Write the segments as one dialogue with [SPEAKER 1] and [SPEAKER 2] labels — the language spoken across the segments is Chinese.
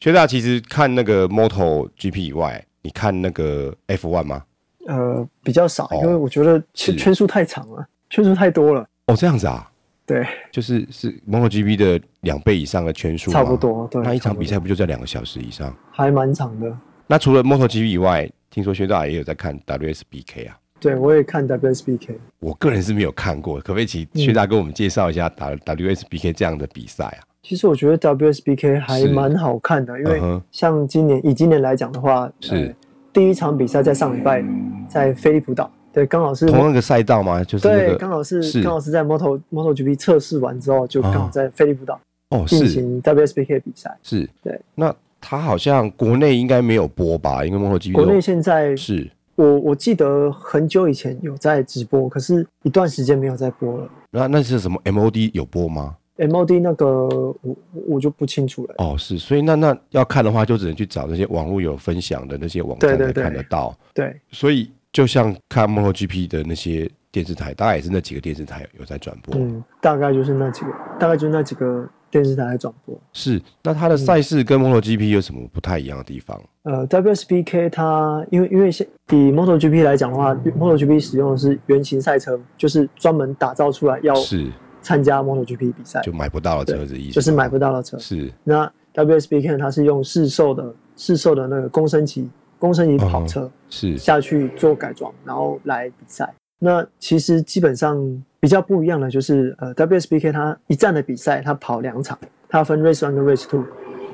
[SPEAKER 1] 学大其实看那个 Moto GP 以外，你看那个 F1 吗？
[SPEAKER 2] 呃，比较少，因为
[SPEAKER 1] 哦
[SPEAKER 2] 我觉得圈
[SPEAKER 1] 是
[SPEAKER 2] 圈数太长了，圈数太多了，
[SPEAKER 1] 哦，这样子啊，
[SPEAKER 2] 对，
[SPEAKER 1] 就是是 Moto GP 的两倍以上的圈数吗，
[SPEAKER 2] 差不多，对，
[SPEAKER 1] 那一
[SPEAKER 2] 差
[SPEAKER 1] 场
[SPEAKER 2] 不
[SPEAKER 1] 比赛
[SPEAKER 2] 多
[SPEAKER 1] 不就在两个小时以上？
[SPEAKER 2] 还蛮长的。
[SPEAKER 1] 那除了 Moto GP 以外，听说学大也有在看 WSBK 啊。
[SPEAKER 2] 对，我也看 WSBK，
[SPEAKER 1] 我个人是没有看过，可不可以请学大给我们介绍一下 W WSBK 这样的比赛啊？
[SPEAKER 2] 其实我觉得 WSBK 还
[SPEAKER 1] 是
[SPEAKER 2] 蛮好看的，因为
[SPEAKER 1] 嗯哼
[SPEAKER 2] 像今年以今年来讲的话，呃
[SPEAKER 1] 是
[SPEAKER 2] 第一场比赛在上礼拜在菲利普岛，对，刚好是
[SPEAKER 1] 同样个赛道吗？就是那
[SPEAKER 2] 对，
[SPEAKER 1] 个
[SPEAKER 2] 刚好是
[SPEAKER 1] 是
[SPEAKER 2] 刚好是在 Moto MotoGP 测试完之后，就刚好
[SPEAKER 1] 啊
[SPEAKER 2] 在菲利普岛
[SPEAKER 1] 哦，
[SPEAKER 2] 进
[SPEAKER 1] 是
[SPEAKER 2] 行 WSBK 比赛。
[SPEAKER 1] 是，
[SPEAKER 2] 对。
[SPEAKER 1] 那它好像国内应该没有播吧？因为 MotoGP
[SPEAKER 2] 国内
[SPEAKER 1] 都
[SPEAKER 2] 现在
[SPEAKER 1] 是
[SPEAKER 2] 我我记得很久以前有在直播，可是一段时间没有在播了。
[SPEAKER 1] 那那是什么 MOD 有播吗？
[SPEAKER 2] MOD 那个我我我就不清楚了。
[SPEAKER 1] 哦，是，所以那那要看的话，就只能去找那些网络有分享的那些网站
[SPEAKER 2] 对对
[SPEAKER 1] 才
[SPEAKER 2] 对
[SPEAKER 1] 看得到。
[SPEAKER 2] 对
[SPEAKER 1] 所以就像看 MotoGP 的那些电视台，大概也是那几个电视台有在转播。
[SPEAKER 2] 嗯，大概就是那几个，大概就是那几个电视台在转播。
[SPEAKER 1] 是，那它的赛事跟 MotoGP 有什么不太一样的地方？
[SPEAKER 2] 呃，WSBK 它因为因为现以 MotoGP 来讲的话，MotoGP 使用的是原型赛车，就是专门打造出来要
[SPEAKER 1] 是，
[SPEAKER 2] 参加 MotoGP 比赛，
[SPEAKER 1] 就买不到的车子，意思
[SPEAKER 2] 就是买不
[SPEAKER 1] 到。
[SPEAKER 2] 到的车。
[SPEAKER 1] 是，
[SPEAKER 2] 那 WSBK 它是用市售的市售的那个公升级公升级
[SPEAKER 1] 嗯
[SPEAKER 2] 跑车
[SPEAKER 1] 是，
[SPEAKER 2] 下去做改装，然后来比赛。那其实基本上比较不一样的就是，呃，WSBK 它一站的比赛它跑两场，它分 Race One 跟 Race Two。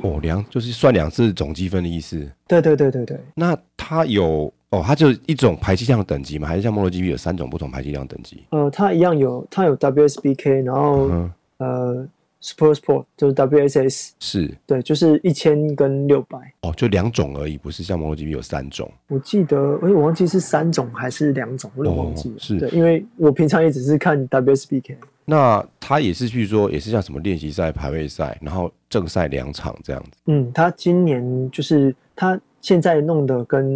[SPEAKER 1] 哦，两就是算两次总积分的意思。
[SPEAKER 2] 对对对对对，
[SPEAKER 1] 那它有哦，它就一种排气量等级嘛，还是像 MotoGP 有三种不同排气量等级？
[SPEAKER 2] 呃，它一样有它有 WSBK，然
[SPEAKER 1] 嗯
[SPEAKER 2] 后、
[SPEAKER 1] 哼，
[SPEAKER 2] 呃 Super Sport 就是 WSS，
[SPEAKER 1] 是
[SPEAKER 2] 对，就是一千跟六百。
[SPEAKER 1] 哦，就两种而已，不是像 MotoGP 有三种。
[SPEAKER 2] 我记得，哎，我忘记是三种还是两种，我有点忘记了。
[SPEAKER 1] 哦是
[SPEAKER 2] 对，因为我平常也只是看 WSBK。
[SPEAKER 1] 那它也是，据说也是像什么练习赛、排位赛，然后正赛两场这样子。
[SPEAKER 2] 嗯，他今年就是他现在弄的跟，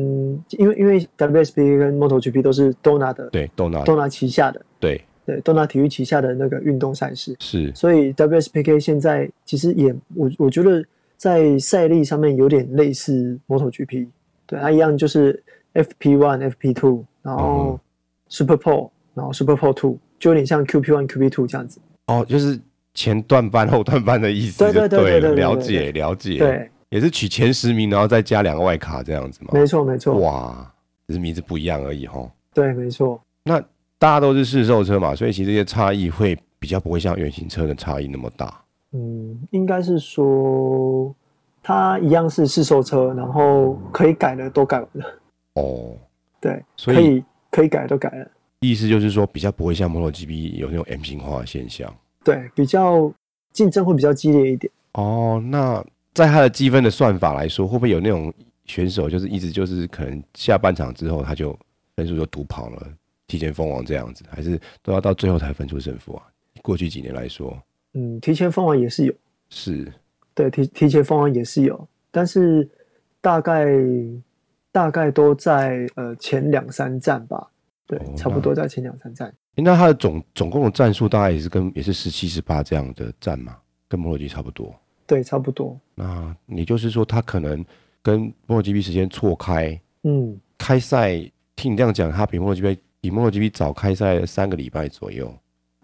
[SPEAKER 2] 因为因为 WSB 跟 MotoGP 都是 Dona 的
[SPEAKER 1] 对，啊斗纳
[SPEAKER 2] ，Dona 旗下的，
[SPEAKER 1] 对
[SPEAKER 2] 对，Dona 体育旗下的那个运动赛事，
[SPEAKER 1] 是
[SPEAKER 2] 所以 WSPK 现在其实也我我觉得在赛历上面有点类似 MotoGP，对，它一样就是 FP One、FP Two，然
[SPEAKER 1] 嗯
[SPEAKER 2] 后 Super Pole，然后 Super Pole Two，就有点像 QP One、QP Two 这样子，
[SPEAKER 1] 哦，就是前段班后段班的意思
[SPEAKER 2] 对
[SPEAKER 1] 就
[SPEAKER 2] 对对对
[SPEAKER 1] 对了，
[SPEAKER 2] 对对
[SPEAKER 1] 了
[SPEAKER 2] 对
[SPEAKER 1] 解了解，
[SPEAKER 2] 对，
[SPEAKER 1] 也是取前十名，然后再加两个外卡这样子嘛。
[SPEAKER 2] 没错没错，
[SPEAKER 1] 哇，只是名字不一样而已哈。
[SPEAKER 2] 对，没错。
[SPEAKER 1] 那大家都是试售车嘛，所以其实这些差异会比较不会像原型车的差异那么大。
[SPEAKER 2] 嗯，应该是说它一样是试售车，然后可以改的都改完了，
[SPEAKER 1] 哦，
[SPEAKER 2] 对，
[SPEAKER 1] 所以
[SPEAKER 2] 可以可以改的都改了，
[SPEAKER 1] 意思就是说比较不会像 MotoGP 有那种 M 型化的现象。
[SPEAKER 2] 对，比较竞争会比较激烈一点。
[SPEAKER 1] 哦，那在它的积分的算法来说，会不会有那种选手就是一直就是可能下半场之后他就分数就独跑了，提前封王这样子，还是都要到最后才分出胜负啊？过去几年来说
[SPEAKER 2] 嗯，提前封完也是有，
[SPEAKER 1] 是
[SPEAKER 2] 对，提提前封完也是有，但是大概大概都在呃前两三站吧，对，
[SPEAKER 1] 哦
[SPEAKER 2] 差不
[SPEAKER 1] 那
[SPEAKER 2] 多在前两三站。
[SPEAKER 1] 诶那它的总总共的战术大概也是跟也是十七、十八这样的战嘛，跟摩洛基差不多。
[SPEAKER 2] 对，差不多。
[SPEAKER 1] 那也就是说，它可能跟摩洛 GP 时间错开，
[SPEAKER 2] 嗯，
[SPEAKER 1] 开赛听你这样讲，它比摩洛 GP 比摩洛 GP 早开赛三个礼拜左右，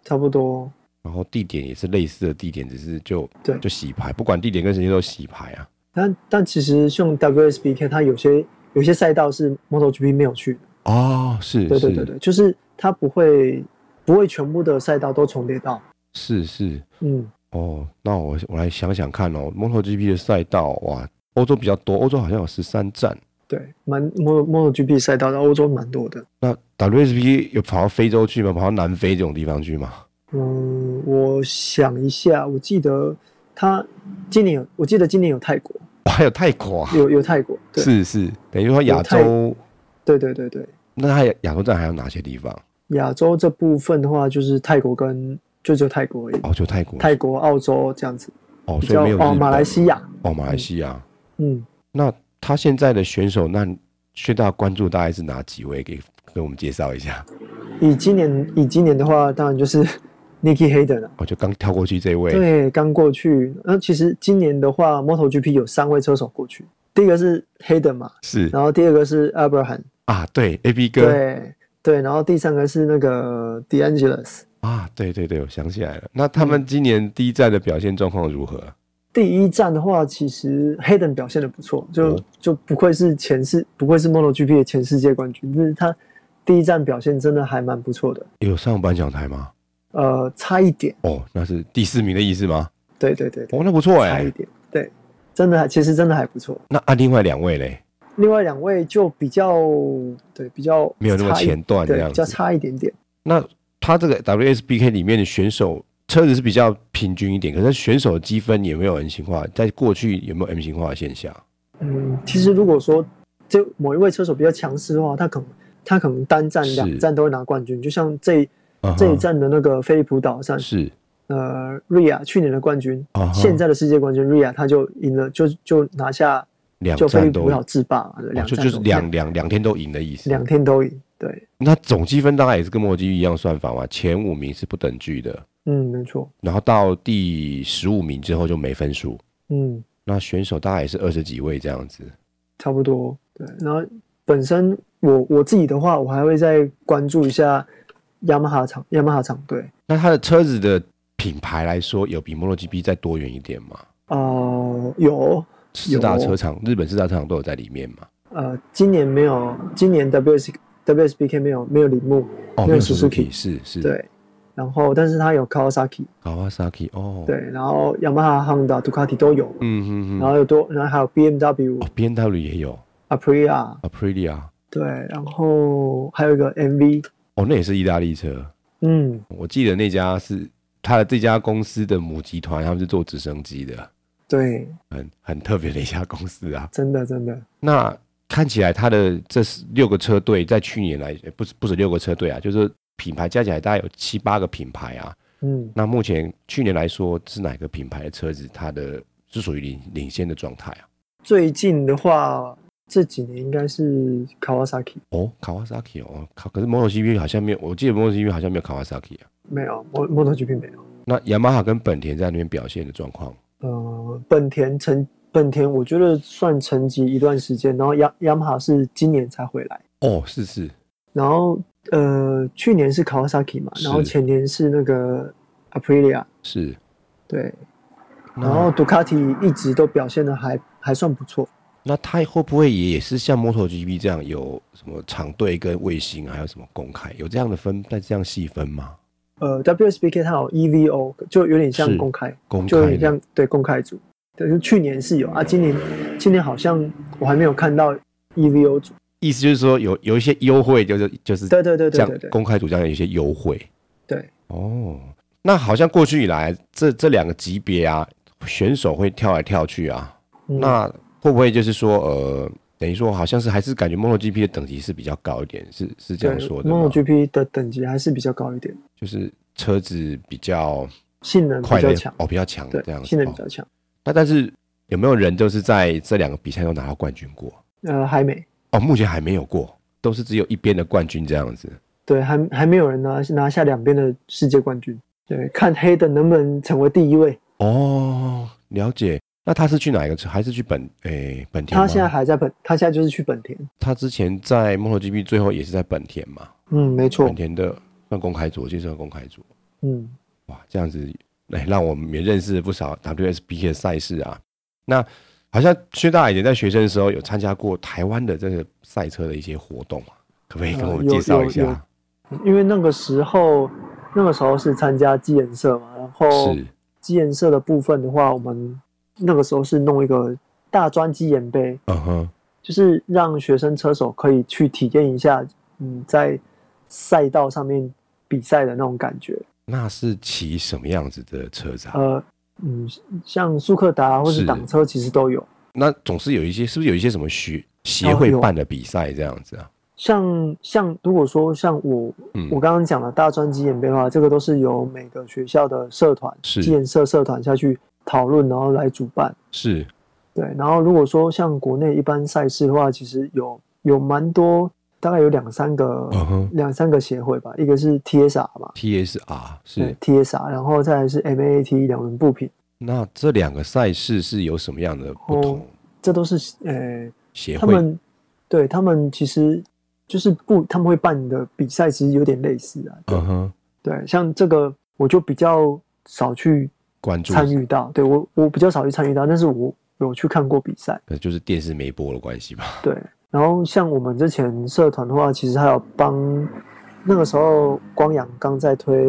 [SPEAKER 2] 差不多。
[SPEAKER 1] 然后地点也是类似的地点，只是就
[SPEAKER 2] 对
[SPEAKER 1] 就洗牌，不管地点跟时间都洗牌啊。
[SPEAKER 2] 但但其实像 WSBK，它有些有些赛道是 MotoGP 没有去的，
[SPEAKER 1] 哦，是，
[SPEAKER 2] 对对对对，就是它不会不会全部的赛道都重叠到。
[SPEAKER 1] 是是是
[SPEAKER 2] 嗯，
[SPEAKER 1] 哦。那我我来想想看哦，摩托 GP 的赛道哇，欧洲比较多，欧洲好像有十三站。
[SPEAKER 2] 对，蛮 Moto MotoGP 赛道在欧洲蛮多的。
[SPEAKER 1] 那 WSP 有跑到非洲去吗？跑到南非这种地方去吗？
[SPEAKER 2] 嗯，我想一下，我记得它今年有，我记得今年有泰国，
[SPEAKER 1] 哇，还有泰国啊！
[SPEAKER 2] 有有泰国，对
[SPEAKER 1] 是是，等于说
[SPEAKER 2] 有
[SPEAKER 1] 亚
[SPEAKER 2] 泰
[SPEAKER 1] 洲，
[SPEAKER 2] 对对对对。
[SPEAKER 1] 那它亚亚洲站还有哪些地方？
[SPEAKER 2] 亚洲这部分的话，就是泰国跟就只有泰国而已，
[SPEAKER 1] 哦，就泰国，
[SPEAKER 2] 泰国、澳洲这样子，
[SPEAKER 1] 哦，
[SPEAKER 2] 比
[SPEAKER 1] 所以
[SPEAKER 2] 较
[SPEAKER 1] 没有日
[SPEAKER 2] 哦
[SPEAKER 1] 本，
[SPEAKER 2] 马来西亚，
[SPEAKER 1] 哦，马来西亚。
[SPEAKER 2] 嗯，
[SPEAKER 1] 那他现在的选手，那最大关注大概是哪几位？给给我们介绍一下。
[SPEAKER 2] 以今年以今年的话，当然就是 Nicky Hayden 啊，
[SPEAKER 1] 我哦就刚跳过去这位，
[SPEAKER 2] 对，刚过去。那其实今年的话，MotoGP 有三位车手过去，第一个是 Hayden 嘛，
[SPEAKER 1] 是
[SPEAKER 2] 然后第二个是 Abraham，
[SPEAKER 1] 啊，对，A B 哥
[SPEAKER 2] 对对，然后第三个是那个 De Angelis。
[SPEAKER 1] 啊，对对对，我想起来了。那他们今年第一站的表现状况如何？
[SPEAKER 2] 第一站的话，其实 Hayden 表现的不错，就、
[SPEAKER 1] 哦
[SPEAKER 2] 就不愧是前世不愧是 MotoGP 的前世界冠军，就是他第一站表现真的还蛮不错的，
[SPEAKER 1] 有上颁奖台吗？
[SPEAKER 2] 呃，差一点，
[SPEAKER 1] 哦，那是第四名的意思吗？
[SPEAKER 2] 对对对对，
[SPEAKER 1] 哦，那不错
[SPEAKER 2] 差
[SPEAKER 1] 哎、
[SPEAKER 2] 一点，对，真的还其实真的还不错。
[SPEAKER 1] 那啊，另外两位嘞，
[SPEAKER 2] 另外两位就比较对比较
[SPEAKER 1] 没有那么
[SPEAKER 2] 差一
[SPEAKER 1] 前段这
[SPEAKER 2] 对，
[SPEAKER 1] 样
[SPEAKER 2] 比较
[SPEAKER 1] 子。
[SPEAKER 2] 差一点点。
[SPEAKER 1] 那他这个 WSBK 里面的选手车子是比较平均一点，可是选手积分也没有 M 型化，在过去有没有 M 型化的现象？
[SPEAKER 2] 嗯，其实如果说这某一位车手比较强势的话，他可能他可能单站
[SPEAKER 1] 是
[SPEAKER 2] 两站都会拿冠军，就像这一
[SPEAKER 1] 啊哈
[SPEAKER 2] 这一站的那个菲利普岛上，
[SPEAKER 1] 啊是
[SPEAKER 2] 呃，瑞亚去年的冠军，
[SPEAKER 1] 啊哈，
[SPEAKER 2] 现在的世界冠军瑞亚他就赢了，就就拿下
[SPEAKER 1] 两
[SPEAKER 2] 就菲利
[SPEAKER 1] 站都
[SPEAKER 2] 普岛
[SPEAKER 1] 哦
[SPEAKER 2] 制霸嘛，对两
[SPEAKER 1] 就
[SPEAKER 2] 站都
[SPEAKER 1] 就是两两两天都赢的意思。
[SPEAKER 2] 两天都赢，对，
[SPEAKER 1] 那总积分大概也是跟墨迹一样算法嘛，前五名是不等距的，
[SPEAKER 2] 嗯，没错，
[SPEAKER 1] 然后到第十五名之后就没分数。
[SPEAKER 2] 嗯，
[SPEAKER 1] 那选手大概也是二十几位这样子。
[SPEAKER 2] 差不多，对。然后本身我我自己的话，我还会再关注一下雅马哈厂雅马哈厂队，
[SPEAKER 1] 那他的车子的品牌来说，有比 MotoGP 再多元一点吗？
[SPEAKER 2] 哦，有
[SPEAKER 1] 四大
[SPEAKER 2] 有哦
[SPEAKER 1] 车厂，日本四大车厂都有在里面嘛？
[SPEAKER 2] 呃，今年没有，今年 WS WSBK 没有没有铃木，
[SPEAKER 1] 哦，
[SPEAKER 2] 没有 Suzuki
[SPEAKER 1] 是是，
[SPEAKER 2] 对，然后但是它有 Kawasaki，
[SPEAKER 1] ，Kawasaki 哦，，
[SPEAKER 2] 对，然后 Yamaha、Honda、Ducati 都有，
[SPEAKER 1] 嗯嗯嗯，
[SPEAKER 2] 然后有多，然后还有 BMW
[SPEAKER 1] 哦、，B N W 也有
[SPEAKER 2] Aprilia，
[SPEAKER 1] ，Aprilia，
[SPEAKER 2] 对，然后还有一个 MV，
[SPEAKER 1] 哦，那也是意大利车。
[SPEAKER 2] 嗯，
[SPEAKER 1] 我记得那家是他的这家公司的母集团，他们是做直升机的，
[SPEAKER 2] 对，
[SPEAKER 1] 很很特别的一家公司啊。
[SPEAKER 2] 真的真的，
[SPEAKER 1] 那看起来他的这是六个车队在去年来，呃不是不止六个车队啊，就是品牌加起来大概有七八个品牌啊。
[SPEAKER 2] 嗯，
[SPEAKER 1] 那目前去年来说是哪个品牌的车子，它的是属于领领先的状态啊？
[SPEAKER 2] 最近的话，这几年应该是 Kawasaki，
[SPEAKER 1] 哦，Kawasaki 哦，卡可是 MotoGP 好像没有，我记得 MotoGP 好像没有 Kawasaki 啊。
[SPEAKER 2] 没有，Mo MotoGP 没有，
[SPEAKER 1] 那雅马哈跟本田在那边表现的状况，
[SPEAKER 2] 呃，本田成本田，我觉得算沉寂一段时间，然后 y a y a m a h 是今年才回来，
[SPEAKER 1] 哦，是是
[SPEAKER 2] 然后呃，去年是 Kawasaki 嘛，
[SPEAKER 1] 是
[SPEAKER 2] 然后前年是那个 Aprilia，
[SPEAKER 1] 是，
[SPEAKER 2] 对，
[SPEAKER 1] 啊那
[SPEAKER 2] 然后 Ducati 一直都表现的还还算不错，
[SPEAKER 1] 那它会不会也是像 MotoGP 这样有什么厂队跟卫星，还有什么公开有这样的分，再这样细分吗？
[SPEAKER 2] 呃，WSBK 它有 EVO，就有点
[SPEAKER 1] 是
[SPEAKER 2] 像公开，
[SPEAKER 1] 公
[SPEAKER 2] 就有
[SPEAKER 1] 开
[SPEAKER 2] 点
[SPEAKER 1] 的
[SPEAKER 2] 像对公开组，但是去年是有啊，今年今年好像我还没有看到 EVO 组，
[SPEAKER 1] 意思就是说有有一些优惠，就是就是
[SPEAKER 2] 对对对
[SPEAKER 1] 这
[SPEAKER 2] 对
[SPEAKER 1] 样
[SPEAKER 2] 对对
[SPEAKER 1] 公开组这样有一些优惠
[SPEAKER 2] 对，
[SPEAKER 1] 哦。那好像过去以来这这两个级别啊，选手会跳来跳去啊，
[SPEAKER 2] 嗯
[SPEAKER 1] 那会不会就是说呃，等于说好像是还是感觉 MotoGP 的等级是比较高一点，是是这
[SPEAKER 2] 对
[SPEAKER 1] 样说的吗？
[SPEAKER 2] MotoGP 的等级还是比较高一点，
[SPEAKER 1] 就是车子比较
[SPEAKER 2] 性能比
[SPEAKER 1] 快
[SPEAKER 2] 较
[SPEAKER 1] 乐
[SPEAKER 2] 强，
[SPEAKER 1] 哦，比较强
[SPEAKER 2] 对
[SPEAKER 1] 这样，子。
[SPEAKER 2] 性能比
[SPEAKER 1] 哦
[SPEAKER 2] 较强，
[SPEAKER 1] 那但是有没有人就是在这两个比赛都拿到冠军过？
[SPEAKER 2] 呃，还没。
[SPEAKER 1] 哦，目前还没有过，都是只有一边的冠军这样子。
[SPEAKER 2] 对，还还没有人拿拿下两边的世界冠军。对，看黑的能不能成为第一位。
[SPEAKER 1] 哦，了解。那他是去哪一个车？还是去本诶、本田吗？
[SPEAKER 2] 他现在还在本，他现在就是去本田。
[SPEAKER 1] 他之前在 MotoGP 最后也是在本田嘛？
[SPEAKER 2] 嗯，没错
[SPEAKER 1] 本。田的算公开组，我记得是公开组。
[SPEAKER 2] 嗯，
[SPEAKER 1] 哇，这样子，哎，让我们也认识了不少 WSBK 的赛事啊。那好像薛大以前在学生的时候有参加过台湾的这个赛车的一些活动啊，可不可以跟
[SPEAKER 2] 呃
[SPEAKER 1] 我们
[SPEAKER 2] 有
[SPEAKER 1] 介绍一
[SPEAKER 2] 有
[SPEAKER 1] 下？
[SPEAKER 2] 有因为那个时候，那个时候是参加基研社嘛，然后
[SPEAKER 1] 是
[SPEAKER 2] 基研社的部分的话，我们那个时候是弄一个大专基研杯，
[SPEAKER 1] 嗯哼，
[SPEAKER 2] 就是让学生车手可以去体验一下，嗯，在赛道上面比赛的那种感觉。
[SPEAKER 1] 那是骑什么样子的车子啊？
[SPEAKER 2] 呃，嗯，像速克达或
[SPEAKER 1] 是
[SPEAKER 2] 是挡车其实都有。
[SPEAKER 1] 那总是有一些，是不是有一些什么协协会办的比赛这样子啊？
[SPEAKER 2] 像像如果说像我、
[SPEAKER 1] 嗯
[SPEAKER 2] 我刚刚讲的大专基研杯的话，这个都是由每个学校的社团
[SPEAKER 1] 是
[SPEAKER 2] 基研社社团下去讨论，然后来主办。
[SPEAKER 1] 是
[SPEAKER 2] 对，然后如果说像国内一般赛事的话，其实有有蛮多大概有两三个
[SPEAKER 1] 嗯哼
[SPEAKER 2] 两三个协会吧，一个是 TSR 嘛，
[SPEAKER 1] ，TSR
[SPEAKER 2] 对
[SPEAKER 1] 是
[SPEAKER 2] TSR，然后再来是 MAT 两轮步评，
[SPEAKER 1] 那这两个赛事是有什么样的不
[SPEAKER 2] 哦
[SPEAKER 1] 同？
[SPEAKER 2] 这都是呃
[SPEAKER 1] 协
[SPEAKER 2] 他
[SPEAKER 1] 会
[SPEAKER 2] 们对他们其实就是不他们会办的比赛其实有点类似啊，对、
[SPEAKER 1] 嗯哼
[SPEAKER 2] 对，像这个我就比较少去
[SPEAKER 1] 关注，
[SPEAKER 2] 参与到，对我我比较少去参与到，但是我有去看过比赛，
[SPEAKER 1] 可能呃就是电视没播的关系吧。
[SPEAKER 2] 对。然后像我们之前社团的话，其实还有帮那个时候光阳刚在推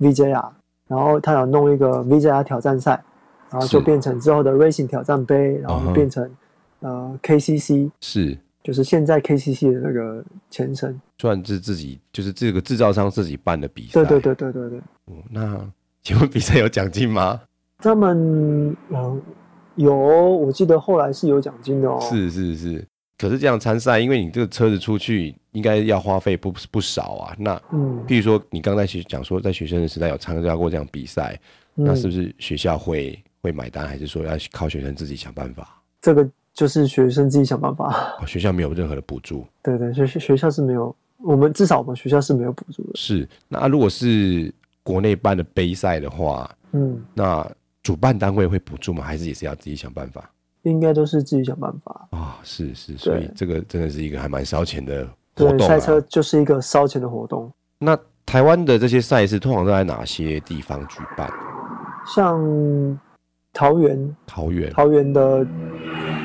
[SPEAKER 2] VJR，然后他有弄一个 VJR 挑战赛，然后就是变成之后的 Racing 挑战杯，然
[SPEAKER 1] 嗯
[SPEAKER 2] 后
[SPEAKER 1] 哼
[SPEAKER 2] 变成、呃 KCC，
[SPEAKER 1] 是，
[SPEAKER 2] 就是现在 KCC 的那个前身。
[SPEAKER 1] 算是自己就是这个制造商自己办的比赛。
[SPEAKER 2] 对对对对对对，
[SPEAKER 1] 哦。那请问比赛有奖金吗？
[SPEAKER 2] 他们嗯有，我记得后来是有奖金的哦。
[SPEAKER 1] 是是是。可是这样参赛，因为你这个车子出去应该要花费不不少啊。那
[SPEAKER 2] 嗯，
[SPEAKER 1] 譬如说，你刚才学讲说，在学生的时代有参加过这样比赛，
[SPEAKER 2] 嗯，
[SPEAKER 1] 那是不是学校会会买单，还是说要靠学生自己想办法？
[SPEAKER 2] 这个就是学生自己想办法。
[SPEAKER 1] 哦，学校没有任何的补助。
[SPEAKER 2] 对对，学学学校是没有，我们至少我们学校是没有补助的。
[SPEAKER 1] 是，那如果是国内办的杯赛的话，
[SPEAKER 2] 嗯，
[SPEAKER 1] 那主办单位会补助吗？还是也是要自己想办法
[SPEAKER 2] 应该都是自己想办法。
[SPEAKER 1] 啊、是是，所以这个真的是一个还蛮烧钱的活
[SPEAKER 2] 对，
[SPEAKER 1] 动、
[SPEAKER 2] 赛车
[SPEAKER 1] 啊。
[SPEAKER 2] 就是一个烧钱的活动。
[SPEAKER 1] 那台湾的这些赛事通常都在哪些地方举办？
[SPEAKER 2] 像桃园，
[SPEAKER 1] 桃园
[SPEAKER 2] 桃园的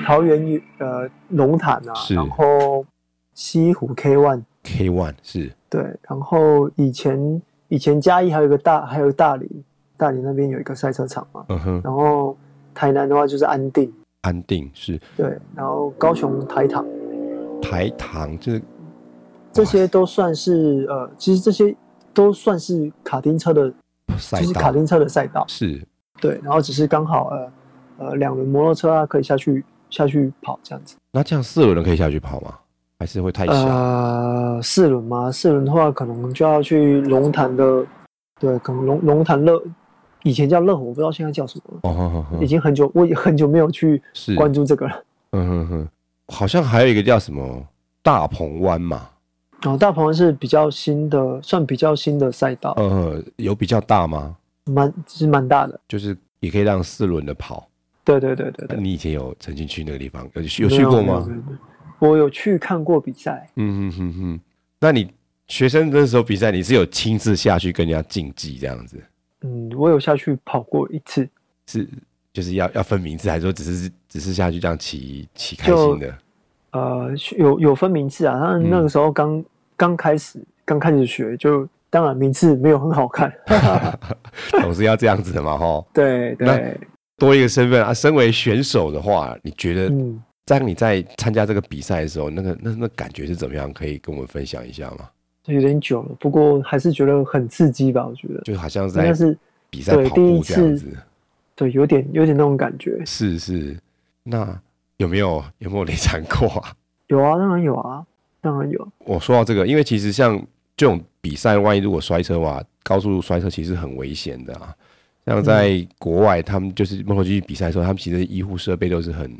[SPEAKER 2] 桃园有呃龙潭啊，
[SPEAKER 1] 是
[SPEAKER 2] 然后西湖 K One，
[SPEAKER 1] K One 是
[SPEAKER 2] 对，然后以前以前嘉义还有一个大，还有大理，大理那边有一个赛车场嘛，
[SPEAKER 1] 嗯哼，
[SPEAKER 2] 然后台南的话就是安定，
[SPEAKER 1] 安定是
[SPEAKER 2] 对，然后高雄台糖，
[SPEAKER 1] 台糖，这
[SPEAKER 2] 这些都算是呃，其实这些都算是卡丁车的，
[SPEAKER 1] 赛
[SPEAKER 2] 就是卡
[SPEAKER 1] 道
[SPEAKER 2] 丁车的赛道，
[SPEAKER 1] 是
[SPEAKER 2] 对，然后只是刚好呃呃两轮摩托车啊可以下去下去跑这样子，
[SPEAKER 1] 那这样四轮的可以下去跑吗？还是会太小？
[SPEAKER 2] 呃，四轮嘛，四轮的话可能就要去龙潭的，对，可能龙龙潭乐。以前叫乐火，我不知道现在叫什么了。
[SPEAKER 1] 哦，哼哼哼
[SPEAKER 2] 已经很久，我也很久没有去
[SPEAKER 1] 是，
[SPEAKER 2] 关注这个了。
[SPEAKER 1] 嗯哼哼，好像还有一个叫什么大鹏湾嘛，
[SPEAKER 2] 然后大鹏湾是比较新的，算比较新的赛道，
[SPEAKER 1] 呃，有比较大吗？
[SPEAKER 2] 蛮其实蛮大的。
[SPEAKER 1] 就是也可以让四轮的跑。
[SPEAKER 2] 对对对对对，
[SPEAKER 1] 你以前有曾经去那个地方，有去有去过
[SPEAKER 2] 没有
[SPEAKER 1] 吗？？
[SPEAKER 2] 没有没有我有去看过比赛，
[SPEAKER 1] 嗯哼哼哼，那你学生的时候比赛，你是有亲自下去跟人家竞技这样子，
[SPEAKER 2] 嗯，我有下去跑过一次，
[SPEAKER 1] 是就是要要分名次，还是说只是只是下去这样骑骑开
[SPEAKER 2] 就
[SPEAKER 1] 心的？
[SPEAKER 2] 呃，有有分名次啊。那
[SPEAKER 1] 嗯
[SPEAKER 2] 那个时候刚、刚开始，刚开始学，就当然名次没有很 好看。
[SPEAKER 1] 总是要这样子的嘛，吼。
[SPEAKER 2] 对
[SPEAKER 1] 那
[SPEAKER 2] 对，
[SPEAKER 1] 多一个身份啊，身为选手的话，你觉得
[SPEAKER 2] 嗯，
[SPEAKER 1] 在你在参加这个比赛的时候，那个那那感觉是怎么样？可以跟我们分享一下吗？
[SPEAKER 2] 这有点久了，不过还是觉得很刺激吧。我觉得
[SPEAKER 1] 就好像
[SPEAKER 2] 应
[SPEAKER 1] 在
[SPEAKER 2] 该是
[SPEAKER 1] 比赛
[SPEAKER 2] 对
[SPEAKER 1] 跑
[SPEAKER 2] 第一
[SPEAKER 1] 步这样
[SPEAKER 2] 次
[SPEAKER 1] 子，
[SPEAKER 2] 对，有点有点那种感觉。
[SPEAKER 1] 是是。那有没有有没有累惨过啊？
[SPEAKER 2] 有啊，当然有啊，当然有。
[SPEAKER 1] 我说到这个，因为其实像这种比赛，万一如果摔车的话，高速摔车其实很危险的啊。像在国外，他们就是摩托车比赛的时候，他们其实医护设备都是很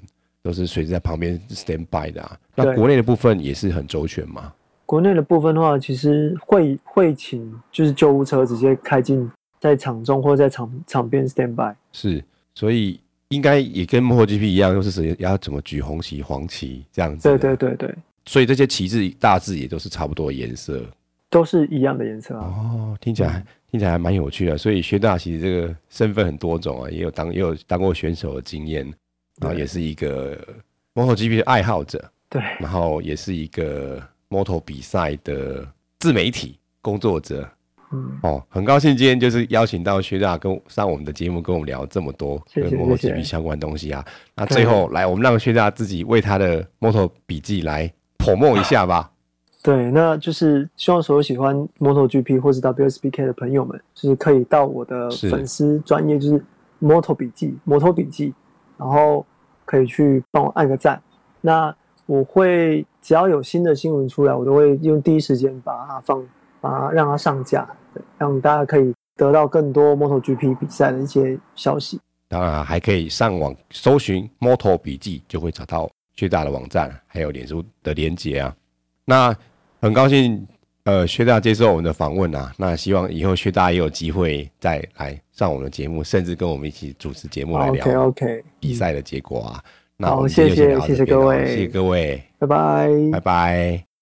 [SPEAKER 1] 都是随时在旁边 stand by 的啊。那
[SPEAKER 2] 对
[SPEAKER 1] 国内的部分也是很周全嘛。
[SPEAKER 2] 国内的部分的话，其实会会请就是救护车直接开进在场中或在场场边 stand by。
[SPEAKER 1] 是，所以应该也跟摩托 GP 一样，就是谁要怎么举红旗、黄旗这样子。
[SPEAKER 2] 对对，对对，
[SPEAKER 1] 所以这些旗帜大致也都是差不多的颜色。
[SPEAKER 2] 都是一样的颜色啊。
[SPEAKER 1] 哦，听起来、听起来还蛮有趣的。啊所以薛大其实这个身份很多种啊，也有当也有当过选手的经验，然后
[SPEAKER 2] 对
[SPEAKER 1] 也是一个摩托 GP 的爱好者，
[SPEAKER 2] 对
[SPEAKER 1] 然后也是一个摩托比赛的自媒体工作者。
[SPEAKER 2] 嗯，
[SPEAKER 1] 哦，很高兴今天就是邀请到薛大跟上我们的节目，跟我们聊这么多
[SPEAKER 2] 谢
[SPEAKER 1] 跟
[SPEAKER 2] 谢
[SPEAKER 1] 摩托
[SPEAKER 2] 谢谢
[SPEAKER 1] GP 相关的东西啊。那最后来，我们让薛大自己为他的摩托笔记来捧梦一下吧。
[SPEAKER 2] 对，那就是希望所有喜欢 MotoGP 或是 WSBK 的朋友们，就是可以到我的
[SPEAKER 1] 是
[SPEAKER 2] 粉丝专业，就是 Moto 笔记，摩托笔记，然后可以去帮我按个赞。那我会只要有新的新闻出来，我都会用第一时间把它放，把它让它上架，对让大家可以得到更多 MotoGP 比赛的一些消息。
[SPEAKER 1] 当然啊还可以上网搜寻摩托笔记，就会找到薛大的网站，还有脸书的连接啊。那很高兴，呃，薛大接受我们的访问啊。那希望以后薛大也有机会再来上我们的节目，甚至跟我们一起主持节目来
[SPEAKER 2] OK
[SPEAKER 1] 聊
[SPEAKER 2] OK，
[SPEAKER 1] 比赛的结果啊。那
[SPEAKER 2] 好
[SPEAKER 1] 我们今天
[SPEAKER 2] 谢谢
[SPEAKER 1] 就先聊到这
[SPEAKER 2] 谢谢
[SPEAKER 1] 边啊
[SPEAKER 2] 各位
[SPEAKER 1] 谢谢各位，
[SPEAKER 2] 拜拜
[SPEAKER 1] 拜拜。